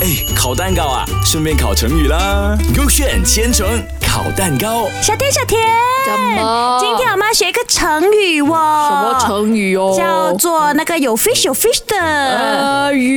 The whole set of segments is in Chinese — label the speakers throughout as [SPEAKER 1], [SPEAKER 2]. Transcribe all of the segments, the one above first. [SPEAKER 1] 哎，烤蛋糕啊，顺便烤成语啦。勾选千层烤蛋糕，
[SPEAKER 2] 小天，小天，
[SPEAKER 3] 怎么
[SPEAKER 2] 今天我们要学一个成语哦。
[SPEAKER 3] 什么？成语哦？
[SPEAKER 2] 叫做那个有 fish 有 fish 的
[SPEAKER 3] 呃鱼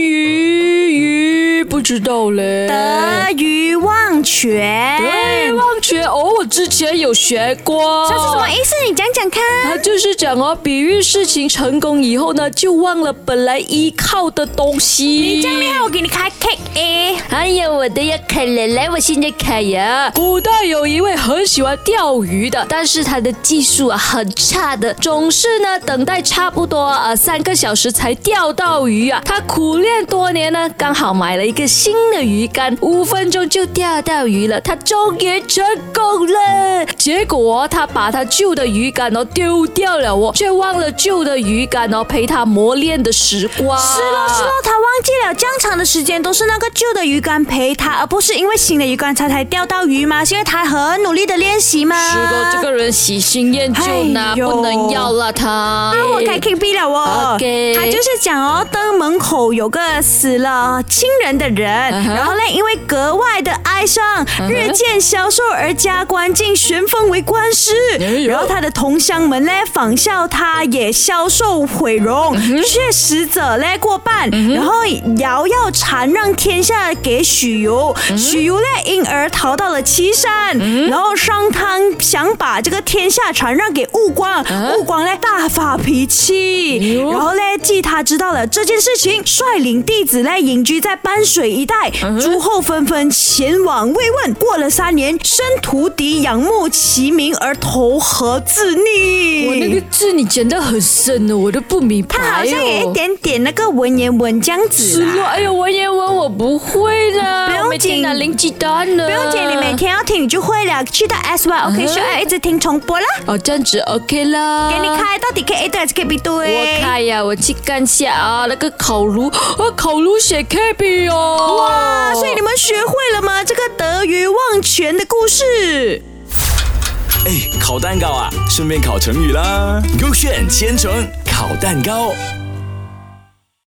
[SPEAKER 3] 鱼鱼，不知道嘞。
[SPEAKER 2] 得鱼忘全。
[SPEAKER 3] 对，哎忘却哦，我之前有学过。
[SPEAKER 2] 这是什么？意思？你讲讲看。
[SPEAKER 3] 他就是讲哦，比喻事情成功以后呢，就忘了本来依靠的东西。你
[SPEAKER 2] 这样厉害，我给你开 cake A。
[SPEAKER 3] 哎呀，我的要开了，来，我现在开呀。古代有一位很喜欢钓鱼的，但是他的技术啊很差的，总是呢等待差不多呃三个小时才钓到鱼啊。他苦练多年呢，刚好买了一个新的鱼竿，五分钟就钓到鱼了，他终于成功了。结果、他把他旧的鱼竿哦丢掉了哦，却忘了旧的鱼竿哦陪他磨练的时光。
[SPEAKER 2] 是咯是咯，他忘记了这样长的时间都是那个旧的鱼竿陪他，而不是因为新的鱼竿他才钓到鱼吗？是因为他很努力的练习吗？
[SPEAKER 3] 是的，这个人喜新厌旧呢，
[SPEAKER 2] 哎呦
[SPEAKER 3] 不能要了他。哎
[SPEAKER 2] 啊，我开 K B 了哦。
[SPEAKER 3] OK
[SPEAKER 2] 他就是讲哦，灯门口有个死了亲人的人
[SPEAKER 3] 嗯哼
[SPEAKER 2] 然后呢，因为格外的哀伤
[SPEAKER 3] 哼
[SPEAKER 2] 日渐消瘦而加官进旋风为官师。
[SPEAKER 3] 哎呦
[SPEAKER 2] 然后他的同乡们呢，仿效他也消瘦毁容
[SPEAKER 3] Uh-huh
[SPEAKER 2] 却死者呢过半然后尧要禅让天下给许由
[SPEAKER 3] Uh-huh
[SPEAKER 2] 许由呢因而逃到了岐山
[SPEAKER 3] 嗯
[SPEAKER 2] 然后商汤想把这个天下禅让给吴光，
[SPEAKER 3] 嗯
[SPEAKER 2] 吴光呢大发脾气，
[SPEAKER 3] 哎呦
[SPEAKER 2] 然后呢，继他知道了这件事情，率领弟子呢隐居在班水一带，
[SPEAKER 3] 嗯
[SPEAKER 2] 诸侯纷纷前往慰问。过了三年，生徒敌仰慕其名而投河自
[SPEAKER 3] 我那
[SPEAKER 2] 溺
[SPEAKER 3] 个。字你讲得很深哦，我都不明白、哦。
[SPEAKER 2] 他好像有一点点那个文言文这样子
[SPEAKER 3] 是
[SPEAKER 2] 啦
[SPEAKER 3] 咯，哎呦，文言文我不会呢，
[SPEAKER 2] 不用
[SPEAKER 3] 我每天
[SPEAKER 2] 紧
[SPEAKER 3] 拿零鸡蛋呢。
[SPEAKER 2] 不用紧，你每天要听你就会了。去到 S Y OK
[SPEAKER 3] 嗯哼
[SPEAKER 2] s h 一直听重播啦。
[SPEAKER 3] 哦，这样子 OK 啦。
[SPEAKER 2] 给你。开，到底 K A 对还是 K B 对？
[SPEAKER 3] 我看呀，我去看一下啊，那个烤炉，啊，烤炉写 K B 哦。
[SPEAKER 2] 哇，所以你们学会了吗？这个得鱼忘全的故事。
[SPEAKER 1] 哎，烤蛋糕啊，顺便烤成语啦。勾选千层烤蛋糕。